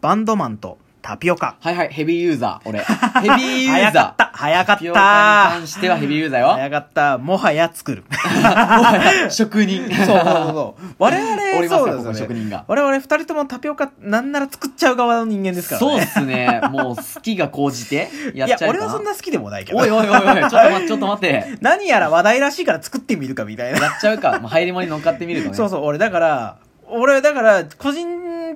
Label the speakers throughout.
Speaker 1: バンドマンとタピオカ。
Speaker 2: はいはい、ヘビーユーザ ー、俺。ヘビーユー
Speaker 1: 早か
Speaker 2: ザ
Speaker 1: っ
Speaker 2: ー。
Speaker 1: た早かっ
Speaker 2: タピオカに
Speaker 1: た
Speaker 2: 関してはヘビーユーザーよ。も
Speaker 1: 早かったもはや作る。
Speaker 2: はや職人。
Speaker 1: そうそうそうそう。我々、
Speaker 2: おります
Speaker 1: そ
Speaker 2: か
Speaker 1: う
Speaker 2: らここ
Speaker 1: で
Speaker 2: に
Speaker 1: すよ
Speaker 2: 職
Speaker 1: ね。
Speaker 2: 人が。
Speaker 1: 我々二人ともタピオカ、なんなら作っちゃう側の人間ですからね。
Speaker 2: そうっすね。もう好きが高じて、やっ
Speaker 1: いや
Speaker 2: ちゃう、か
Speaker 1: 俺はそんな好きでもないけど
Speaker 2: おい。おいおいおい、ちょっと待って、ちょっと待って。
Speaker 1: 何やら話題らしいから作ってみるかみたいな。
Speaker 2: やっちゃうか。まあ、入り物に乗っかってみるとね。
Speaker 1: そうそう、俺だから、俺だから、個人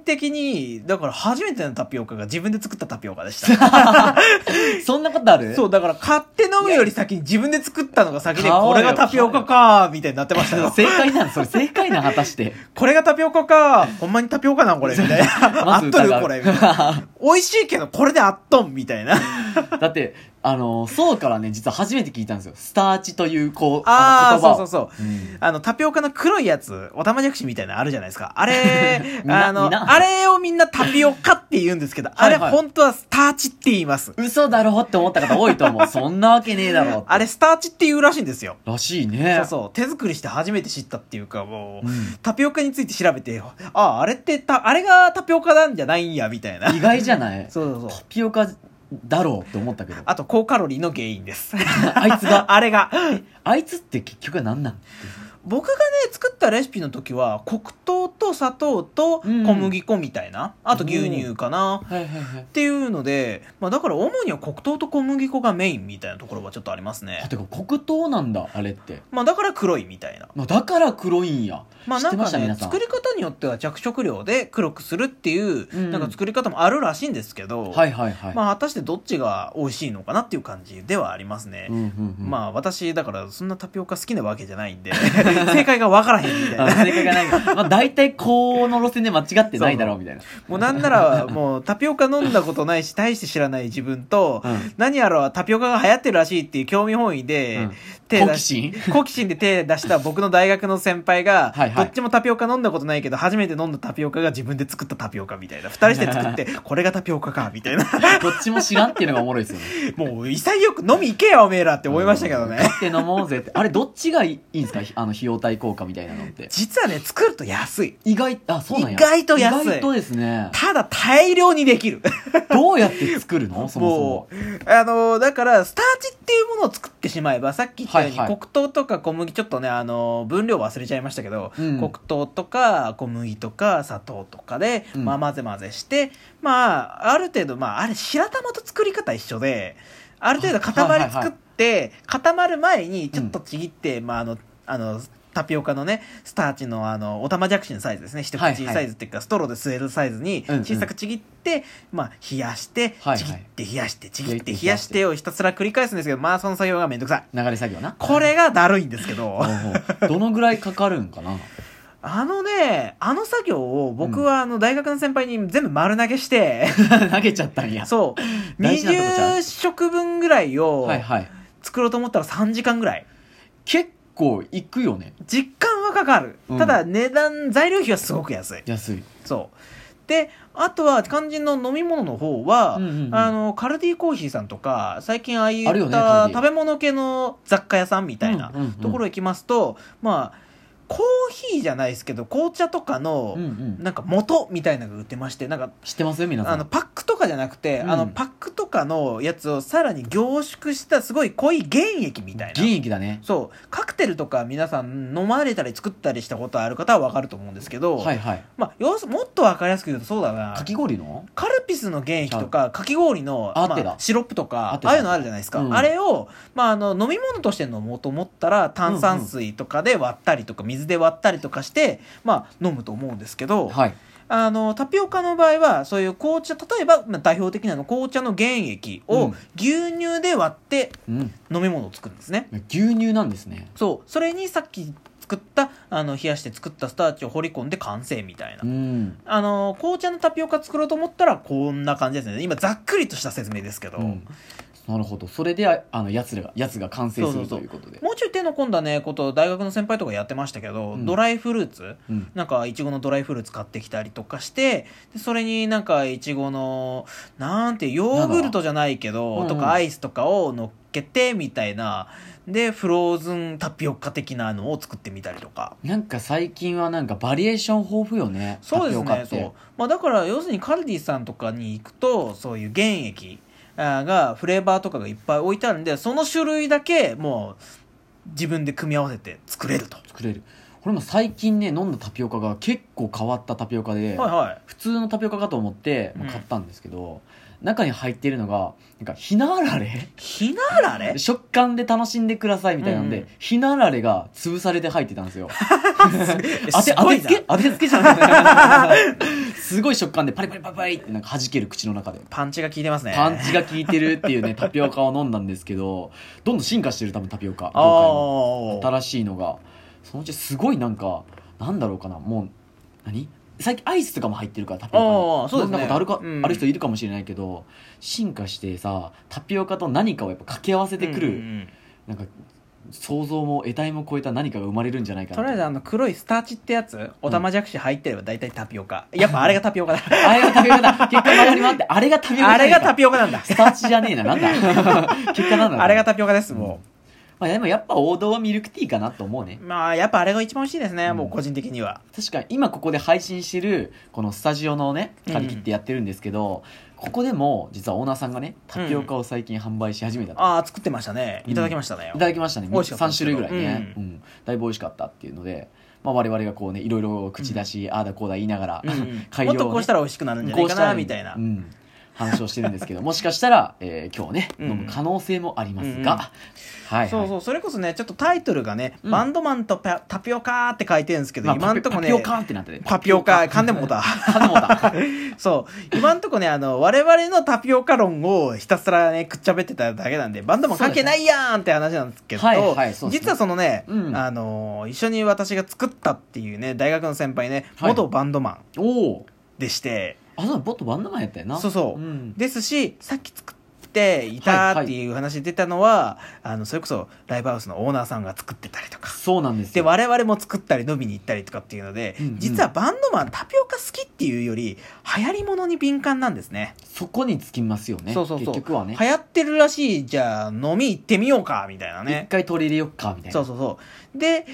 Speaker 1: 的に、だから初めてのタピオカが自分で作ったタピオカでした。
Speaker 2: そんなことある
Speaker 1: そう、だから買って飲むより先に自分で作ったのが先で、
Speaker 2: 買おうよ
Speaker 1: これがタピオカかー、みたいになってましたよ。
Speaker 2: 正解なのそれ正解なの果たして。
Speaker 1: これがタピオカかー、ほんまにタピオカなんこれ、みたいな。
Speaker 2: ま
Speaker 1: 合
Speaker 2: ず
Speaker 1: っとる
Speaker 2: 疑う
Speaker 1: これ、みたいな。美味しいけど、これで合っとん、みたいな。
Speaker 2: だって、あの、そうからね、実は初めて聞いたんですよ。スターチという、こう、
Speaker 1: あ
Speaker 2: の
Speaker 1: ー、そう
Speaker 2: を
Speaker 1: そうそう。
Speaker 2: うん
Speaker 1: あの、タピオカの黒いやつ、おたまじゃくしみたいなのあるじゃないですか。あれ
Speaker 2: み、んな
Speaker 1: あの
Speaker 2: みん、な
Speaker 1: あれをみんなタピオカって言うんですけど、あれ
Speaker 2: はいはい
Speaker 1: 本当はスターチって言います。
Speaker 2: 嘘だろって思った方多い と思う。そんなわけねえだろって
Speaker 1: あれスターチって言うらしいんですよ。
Speaker 2: らしい
Speaker 1: そ
Speaker 2: ね
Speaker 1: う。そう。手作りして初めて知ったっていうか、もう、
Speaker 2: うん
Speaker 1: タピオカについて調べて、ああ、あれってた、あれがタピオカなんじゃないんや、みたいな。
Speaker 2: 意外じゃない
Speaker 1: そうそうそ
Speaker 2: タ
Speaker 1: う。
Speaker 2: ピオカだろうって 思ったけど。
Speaker 1: あと、高カロリーの原因です。
Speaker 2: あいつが、
Speaker 1: あれが。
Speaker 2: あいつって結局は何なん
Speaker 1: 僕がね、作ったレシピの時は、黒糖と砂糖と小麦粉みたいな、あと牛乳かな。
Speaker 2: はいはいはい
Speaker 1: っ。ていうので、まあ、だから主には黒糖と小麦粉がメインみたいなところはちょっとあります
Speaker 2: あ、
Speaker 1: ね。
Speaker 2: てか黒糖なんだ、あれって。
Speaker 1: まあ、だから黒いみたいな。
Speaker 2: まあ、だから黒いんや。
Speaker 1: まあ、
Speaker 2: 知っ
Speaker 1: な
Speaker 2: て
Speaker 1: ん
Speaker 2: ま
Speaker 1: か
Speaker 2: した
Speaker 1: ね
Speaker 2: 皆、さん
Speaker 1: 作り方によっては着色料で黒くするっていう、
Speaker 2: うん
Speaker 1: なんか作り方もあるらしいんですけど、
Speaker 2: はいはいはい。
Speaker 1: まあ、果たしてどっちが美味しいのかなっていう感じではありますね。
Speaker 2: うんうんうん、
Speaker 1: まあ、私、だから、そんなタピオカ好きなわけじゃないんで、 正解がわからへんみたい
Speaker 2: あ
Speaker 1: な。
Speaker 2: 正解がないまあ大体この路線で間違ってないだろうみたいな。
Speaker 1: もうなんなら、もうタピオカ飲んだことないし、大して知らない自分と、
Speaker 2: うん
Speaker 1: 何やらタピオカが流行ってるらしいっていう興味本位で、
Speaker 2: うん
Speaker 1: 手
Speaker 2: 好
Speaker 1: 出
Speaker 2: 奇
Speaker 1: し
Speaker 2: 心
Speaker 1: 好奇心で手出した僕の大学の先輩が、
Speaker 2: はいはい
Speaker 1: どっちもタピオカ飲んだことないけど、初めて飲んだタピオカが自分で作ったタピオカみたいな。二人して作って、これがタピオカか、みたいな。
Speaker 2: どっちも知らんっていうのがおもろいですよね。
Speaker 1: もう潔く飲み行けよ、おめえ らって思いましたけどね。
Speaker 2: 買って飲もうぜって。あれどっちがいいいいんですかあの費用対効果みたいなのって。
Speaker 1: 実はね、作ると安い。
Speaker 2: 意外、あ、そうなんや。
Speaker 1: 意外と安い
Speaker 2: 意外とですね。
Speaker 1: ただ大量にできる。
Speaker 2: どうやって作 るのそもそも。
Speaker 1: う、あのーだから、スターチっていうものを作ってしまえば、さっき言ったように、
Speaker 2: はいはい
Speaker 1: 黒糖とか小麦、ちょっとね、あのー分量忘れちゃいましたけど、
Speaker 2: うん
Speaker 1: 黒糖とか小麦とか砂糖とかで、
Speaker 2: うん
Speaker 1: まあ、混ぜ混ぜして、まあ、ある程度、まあ、あれ、白玉と作り方一緒で、ある程度塊
Speaker 2: はいはい
Speaker 1: 作っ
Speaker 2: は
Speaker 1: て、固まる前に、ちょっとちぎって、まあ、あの、あの、タピオカのね、スターチのあの、おたまじゃくしのサイズですね。一口サイズっていうか、ストローで吸えるサイズに
Speaker 2: うんうん
Speaker 1: 小さくちぎって、まあ、冷やして、
Speaker 2: はいはい
Speaker 1: ちぎって冷やして、ちぎって冷やしてをひたすら繰り返すんですけど、まあその作業がめんどくさい。
Speaker 2: 流れ作業な。
Speaker 1: これがだるいんですけど、
Speaker 2: おうどのぐらいかかるんかな
Speaker 1: あのね、あの作業を僕はあの大学の先輩に全部丸投げ して、
Speaker 2: 投げちゃったんや。
Speaker 1: そう、
Speaker 2: 大事なとこちゃう
Speaker 1: 20食分ぐらいを
Speaker 2: はいはい。
Speaker 1: 作ろうと思ったら3時間ぐらい。
Speaker 2: 結構いくよね。
Speaker 1: 実感はかかる
Speaker 2: う。ん
Speaker 1: ただ値段、材料費はすごく安い。
Speaker 2: 安い。
Speaker 1: そう。で、あとは肝心の飲み物の方は、
Speaker 2: うんうんうん
Speaker 1: あの、カルディコーヒーさんとか、最近ああい
Speaker 2: あるよ
Speaker 1: っ
Speaker 2: ねカ
Speaker 1: た
Speaker 2: ルディ
Speaker 1: 食べ物系の雑貨屋さんみたいな
Speaker 2: うんうんうん
Speaker 1: ところ行きますと、まあ、コーヒーじゃないですけど、紅茶とかの
Speaker 2: うん、うん。
Speaker 1: なんか元みたいなのが売ってまして、なんか、
Speaker 2: 知ってます皆さ
Speaker 1: あの、
Speaker 2: ん。
Speaker 1: パックとかじゃなくて、
Speaker 2: うん
Speaker 1: あの、パックとかのやつをさらに凝縮したすごい濃い原液みたいな。
Speaker 2: 現役だね。
Speaker 1: そう。カクテルとか皆さん飲まれたり作ったりしたことある方はわかると思うんですけど、
Speaker 2: はいはい。
Speaker 1: まあ、要すもっとわかりやすく言うとそうだな
Speaker 2: か。き氷の
Speaker 1: カルピスの原液とか、かき氷の、
Speaker 2: あ
Speaker 1: ま
Speaker 2: 合ってた
Speaker 1: シロップとか
Speaker 2: 合っ、て
Speaker 1: あ
Speaker 2: た
Speaker 1: あいうのあるじゃないですか。
Speaker 2: うん
Speaker 1: あれを、まあ、あの、飲み物として飲もうと思ったら、炭酸水とかで割ったりとか、水で割ったりとかして、まあ、飲むと思うんですけど、
Speaker 2: はい。
Speaker 1: あの、タピオカの場合は、そういう紅茶、例えば、まあ、代表的なの、紅茶の原液
Speaker 2: う
Speaker 1: を
Speaker 2: ん
Speaker 1: 牛乳で割って
Speaker 2: うん。
Speaker 1: 飲み物を作るんですね。
Speaker 2: 牛乳なんですね。
Speaker 1: そう。それにさっき作った、あの、冷やして作ったスターチを掘り込んで完成みたいな
Speaker 2: う。ん。
Speaker 1: あの紅茶のタピオカ作ろうと思ったらこんな感じですね今ざっくりとした説明ですけど、
Speaker 2: うんなるほど。それで、ああの、やつらが、やつが完成す
Speaker 1: そうそ
Speaker 2: る
Speaker 1: うそう
Speaker 2: ということで。
Speaker 1: もうちょい手の込んだねこと大学の先輩とかやってましたけど、
Speaker 2: うん
Speaker 1: ドライフルーツ
Speaker 2: うん。
Speaker 1: なんかいちごのドライフルーツ買ってきたりとかしてでそれになんかいちごのなんてヨーグルトじゃないけ
Speaker 2: なん
Speaker 1: ど
Speaker 2: だ
Speaker 1: と
Speaker 2: うんうん
Speaker 1: かアイスとかを乗っけてみたいなでフローズンタピオカ的なのを作ってみたりとか
Speaker 2: なんか最近はなんかバリエーション豊富よね
Speaker 1: そうです
Speaker 2: タピオカ
Speaker 1: ね
Speaker 2: っ
Speaker 1: そう
Speaker 2: て、
Speaker 1: まあ、だから要するにカルディさんとかに行くとそういう原液あーがフレーバーとかがいっぱい置いてあるんでその種類だけもう自分で組み合わせて作れると、
Speaker 2: 作れる俺も最近ね飲んだタピオカが結構変わったタピオカで、
Speaker 1: はいはい
Speaker 2: 普通のタピオカかと思って、まあ
Speaker 1: うん
Speaker 2: 買ったんですけど、中に入っているのがなんかひなあられ
Speaker 1: ひなあられ
Speaker 2: 食感で楽しんでくださいみたいなんで、
Speaker 1: うんうん
Speaker 2: ひなあられが潰されて入ってたんですよ
Speaker 1: え
Speaker 2: 当て
Speaker 1: す
Speaker 2: 当
Speaker 1: ご
Speaker 2: て
Speaker 1: い
Speaker 2: つ
Speaker 1: な
Speaker 2: け当てつけじゃない すごい食感でパリパリパリパリってなんか弾ける口の中で
Speaker 1: パンチが効いてますね
Speaker 2: パンチが効いてるっていうねタピオカを飲んだんですけどどんどん進化してる多分タピオ
Speaker 1: あ
Speaker 2: カ業界も
Speaker 1: あ
Speaker 2: 新しいのがそのうちすごいなんかなんだろうかなもう何最近アイスとかも入ってるからタピオカに
Speaker 1: あーそうですね
Speaker 2: 飲んだことあるか、
Speaker 1: うん
Speaker 2: ある人いるかもしれないけど進化してさタピオカと何かをやっぱ掛け合わせてくる、
Speaker 1: うんうんうん
Speaker 2: なんか想像も得体も超えた何かが生まれるんじゃないかな
Speaker 1: とりあえずあ
Speaker 2: の
Speaker 1: の黒いスターチってやつおたまじゃくし入ってれば大体タピオカやっぱあれがタピオカ だ
Speaker 2: あれがタピオカだ 結果曲がり回ってあれがタピオカ
Speaker 1: あれがタ
Speaker 2: ピ
Speaker 1: ピオカなんだ
Speaker 2: スターチじゃねえな なんだ結果なんだ
Speaker 1: あれがタピオカですも
Speaker 2: まあでもやっぱ王道はミルクティーかなと思うね
Speaker 1: う。まあやっぱあれが一番美味しいですね、
Speaker 2: うん
Speaker 1: もう個人的には
Speaker 2: 確かに今ここで配信してるこのスタジオのね
Speaker 1: うん
Speaker 2: 借り切ってやってるんですけど、ここでも実はオーナーさんがねタピオカを最近販売し始めたと、
Speaker 1: ああ作ってましたねいただきましたね、
Speaker 2: いただきましたね
Speaker 1: 美味しかった
Speaker 2: 3種類ぐらいね、
Speaker 1: う
Speaker 2: うんだいぶ美味しかったっていうので、まあ、我々がこうねいろいろ口出し、ああだこうだ言いながら、
Speaker 1: うん
Speaker 2: 改良
Speaker 1: もっ
Speaker 2: をね
Speaker 1: とこうしたら美味しくなるんじゃないか
Speaker 2: こうした
Speaker 1: な
Speaker 2: ら
Speaker 1: みたいな、
Speaker 2: うん話をしてるんですけどもしかしたら、えー今日ね
Speaker 1: うん
Speaker 2: 飲む可能性もありますが、
Speaker 1: うんうん
Speaker 2: はい、はい、
Speaker 1: そうそうそれこそねちょっとタイトルがね「
Speaker 2: うん
Speaker 1: バンドマンとパタピオカ」って書いてるんですけど、
Speaker 2: まあ
Speaker 1: 今んとこね
Speaker 2: タピオカってなってて
Speaker 1: タピオカ噛んでもう た
Speaker 2: 噛んでもうた
Speaker 1: そう今んとこねあの我々のタピオカ論をひたすらねくっちゃべってただけなんでバンドマン関係ないやんって話なんですけど
Speaker 2: そうですねはいはいそうですね
Speaker 1: 実はそのね、
Speaker 2: うん
Speaker 1: あの一緒に私が作ったっていうね大学の先輩ね
Speaker 2: はい
Speaker 1: 元バンドマン
Speaker 2: おお
Speaker 1: でして、
Speaker 2: あそうだボットバンドマンやったよな
Speaker 1: そうそう
Speaker 2: うん、
Speaker 1: ですしさっき作っていたっていう話出たのは、あのそれこそライブハウスのオーナーさんが作ってたりとか
Speaker 2: そうなんです
Speaker 1: で
Speaker 2: よ
Speaker 1: 我々も作ったり飲みに行ったりとかっていうので、
Speaker 2: うんうん
Speaker 1: 実はバンドマンタピオカ好きっていうより流行りものに敏感なんですね
Speaker 2: そこにつきますよね
Speaker 1: そうそうそう
Speaker 2: 結局はね
Speaker 1: 流行ってるらしいじゃあ飲み行ってみようかみたいな
Speaker 2: 一
Speaker 1: ね
Speaker 2: 回取り入れよっかみたいな
Speaker 1: そうそうそうで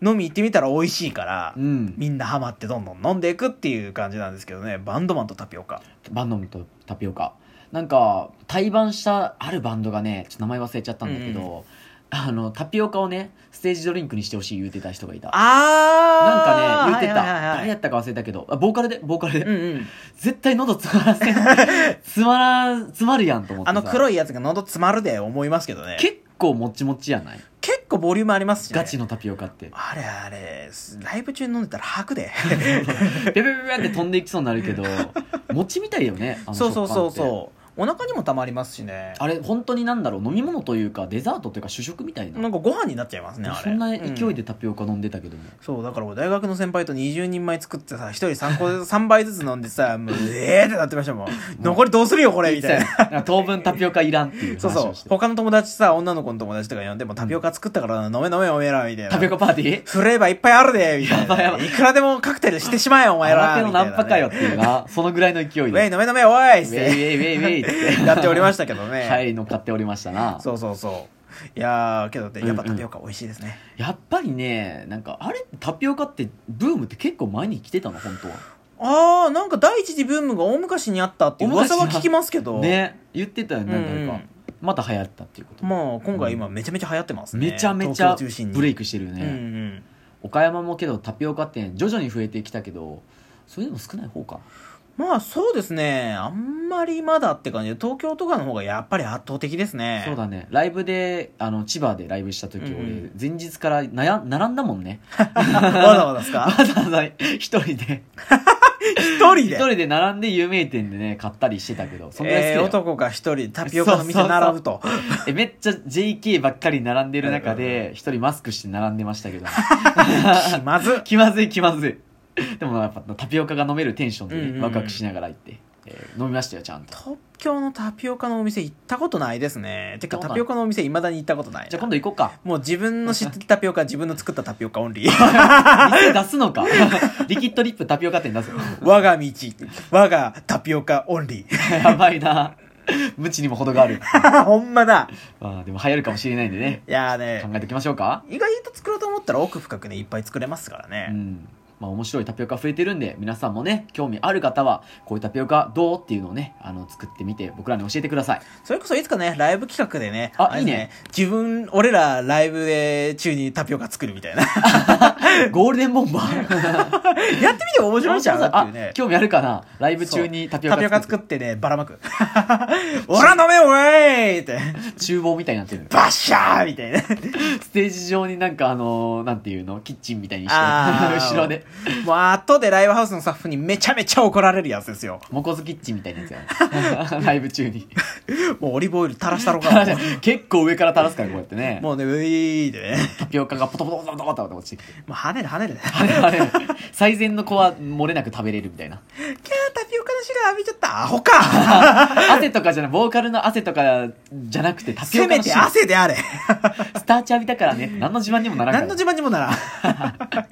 Speaker 1: 飲み行ってみたら美味しいから、
Speaker 2: うん、
Speaker 1: みんなハマってどんどん飲んでいくっていう感じなんですけどねバンドマンとタピオカ
Speaker 2: バンドマンとタピオカなんか対バンしたあるバンドがねちょっと名前忘れちゃったんだけど、あのタピオカをねステージドリンクにしてほしい言うてた人がいたなん
Speaker 1: あー
Speaker 2: かね言ってた、
Speaker 1: はいはいはいはい
Speaker 2: 誰やったか忘れたけどあボーカルでボーカルで、
Speaker 1: うんうん
Speaker 2: 絶対喉詰まらせん 詰まら詰まるやんと思って
Speaker 1: あの
Speaker 2: い
Speaker 1: 黒いやつが喉詰まるで思いますけどね。
Speaker 2: 結構もちもちやない
Speaker 1: 結構ボリュームありますし、ね。
Speaker 2: ガチのタピオカって
Speaker 1: あれあれ、ライブ中に飲んでたら吐くで。
Speaker 2: ペペペペって飛んでいきそうになる けど餅みたいよね あの
Speaker 1: そうそうそう
Speaker 2: 食感って
Speaker 1: そう。お腹にもたまりますしね。
Speaker 2: あれ本当になんだろう飲み物というかデザートというか主食みたいな
Speaker 1: なんかご飯になっちゃいますね、あれ。
Speaker 2: そんな勢
Speaker 1: う
Speaker 2: いでタピオカ飲んでたけども、
Speaker 1: そう、だから俺大学の先輩と20人前作ってさ、1人3個、 三杯ずつ飲んでさ、もう、えーってなってましたもん。残りどうするよ、これみたいな。
Speaker 2: な当分タピオカいらんっていう
Speaker 1: そう
Speaker 2: 話
Speaker 1: そ
Speaker 2: を
Speaker 1: う
Speaker 2: して。
Speaker 1: 他の友達さ、女の子の友達とか呼んでも、タピオカ作ったから飲め飲めおめえら、みたいな。
Speaker 2: タピオカパーティー
Speaker 1: フレーバーいっぱいあるで、みたい
Speaker 2: やばいや
Speaker 1: な。
Speaker 2: ばい
Speaker 1: いくらでもカクテルしてしまえ、お前ら。
Speaker 2: あの
Speaker 1: み
Speaker 2: 手の
Speaker 1: たいな
Speaker 2: ナン
Speaker 1: ね
Speaker 2: パかよっていうなそのぐらいの勢い
Speaker 1: ウェイ
Speaker 2: で
Speaker 1: 飲め飲めおい
Speaker 2: ウ
Speaker 1: っ
Speaker 2: ェ
Speaker 1: て
Speaker 2: イウェイウェイウェイって
Speaker 1: やっておりましたけどね。
Speaker 2: はい乗っかっておりましたな
Speaker 1: そうそうそう。いやー、けどね、やっぱ
Speaker 2: うんう
Speaker 1: タ
Speaker 2: ん
Speaker 1: ピオカ美味しいですね。
Speaker 2: やっぱりねなんかあれタピオカってブームって結構前に来てたの本当は
Speaker 1: あー、なんか第一次ブームが大昔にあったっていう噂は聞きますけど。。
Speaker 2: ね言ってたよ
Speaker 1: うん
Speaker 2: ね
Speaker 1: う
Speaker 2: なんか、
Speaker 1: ん。
Speaker 2: また流行ったっていうこと、
Speaker 1: まあ、今回今めちゃめちゃ流行ってますね。
Speaker 2: めちゃめちゃ
Speaker 1: 東京中心に。
Speaker 2: ブレイクしてるよね、
Speaker 1: うんうん。
Speaker 2: 岡山もけどタピオカって徐々に増えてきたけどそれでも少ない方か
Speaker 1: まあ、そうですね。あんまりまだって感じで、東京とかの方がやっぱり圧倒的ですね。
Speaker 2: そうだねライブであの千葉でライブした
Speaker 1: う
Speaker 2: 時、
Speaker 1: んうん
Speaker 2: 俺前日から悩ん並んだもんね
Speaker 1: わざわざです
Speaker 2: わ
Speaker 1: か
Speaker 2: ざわざ一人で
Speaker 1: 一人
Speaker 2: 一
Speaker 1: で。
Speaker 2: 人で並んで有名店でね買ったりしてたけどそんぐらい
Speaker 1: えー
Speaker 2: 好きだよ、
Speaker 1: 男が一人タピオカの店並ぶと。
Speaker 2: えめっちゃ JK ばっかり並んでる中
Speaker 1: うん
Speaker 2: で一人マスクして並んでましたけど
Speaker 1: 気まずっ。
Speaker 2: 気まずい気まずいでもやっぱタピオカが飲めるテンションでね、
Speaker 1: うんうんうん
Speaker 2: ワクワクしながら行って、えー飲みましたよちゃんと
Speaker 1: 東京のタピオカのお店行ったことないですねてか
Speaker 2: どうな
Speaker 1: タ
Speaker 2: の
Speaker 1: ピオカのお店いまだに行ったことない
Speaker 2: じゃあ今度行こうか
Speaker 1: もう自分の知ってるタピオカ自分の作ったタピオカオンリー
Speaker 2: 店出すのか リキッドリップタピオカ店出す
Speaker 1: 我が道我がタピオカオンリー
Speaker 2: やばいな無知にも程がある。
Speaker 1: ほんまだ。
Speaker 2: まあ、でも流行るかもしれないんでね。
Speaker 1: いやー
Speaker 2: 考
Speaker 1: ね、
Speaker 2: えておきましょうか。
Speaker 1: 意外と作ろうと思ったら奥深くね、いっぱい作れますから
Speaker 2: う
Speaker 1: ね。
Speaker 2: ん。まあ、面白いタピオカ増えてるんで、皆さんもね、興味ある方は、こういうタピオカどうっていうのをね、あの、作ってみて、僕らに教えてください。
Speaker 1: それこそいつかね、ライブ企画でね、れ
Speaker 2: あ
Speaker 1: です
Speaker 2: いいね。
Speaker 1: 自分、俺らライブで中にタピオカ作るみたいな。
Speaker 2: ゴールデンボンバー。
Speaker 1: やってみても 面白いじゃんっていうね
Speaker 2: あ、。興味あるかなライブ中にタピオカ
Speaker 1: タピオカ
Speaker 2: 作
Speaker 1: 作
Speaker 2: っ
Speaker 1: ってね、ばらまく。 おら飲めよ、おいって。
Speaker 2: て厨房みたいになってる。
Speaker 1: バッシャーみたいな。
Speaker 2: ステージ上になんかあのーなんていうのキッチンみたいにして、
Speaker 1: あー
Speaker 2: 後ろで。
Speaker 1: もう後でライブハウスのスタッフにめちゃめちゃ怒られるやつですよ。
Speaker 2: モコズキッチンみたいなやつやね ライブ中に。
Speaker 1: もうオリーブオイル垂らした ろかな。
Speaker 2: 結構上から垂らすから、こうやってね。
Speaker 1: もうね、ういーでね。
Speaker 2: タピオカがポトポトポトポトポトって落ちてきて。
Speaker 1: もう跳ねる跳ねる。キャー
Speaker 2: あれあれ、最善の子は漏れなく食べれるみたいな。
Speaker 1: タピオカの汁浴びちゃった。アホか
Speaker 2: 汗とかじゃない、ボーカルの汗とかじゃなく て、タピ
Speaker 1: せ
Speaker 2: オカ
Speaker 1: め
Speaker 2: の
Speaker 1: て
Speaker 2: 汁
Speaker 1: 汗であれ。
Speaker 2: スターチ浴びたからねって。何の自慢にもならんか
Speaker 1: 何の
Speaker 2: ら。
Speaker 1: 自慢にもならん。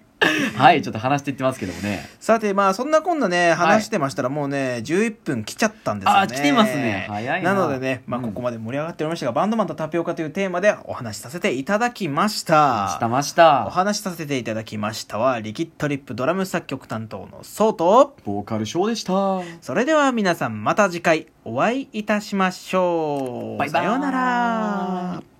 Speaker 2: はい、ちょっと話していってますけどもね。
Speaker 1: さて、まあ、そんなこんなね、話してましたら、もうね、11分来ちゃったんですよね。
Speaker 2: あ来てますね早いな
Speaker 1: のでね、まあ、
Speaker 2: うん
Speaker 1: ここまで盛り上がっておりましたが、バンドマンとタピオカというテーマでお話しさせていただきまし
Speaker 2: した
Speaker 1: た。
Speaker 2: まし
Speaker 1: お
Speaker 2: た。
Speaker 1: 話しさせていただきましたは、リキッドリップドラム作曲担当のソウと、
Speaker 2: ボーカルショーでした。
Speaker 1: それでは皆さんまた次回お会いいたしましょう。
Speaker 2: バイバイ
Speaker 1: さようなら。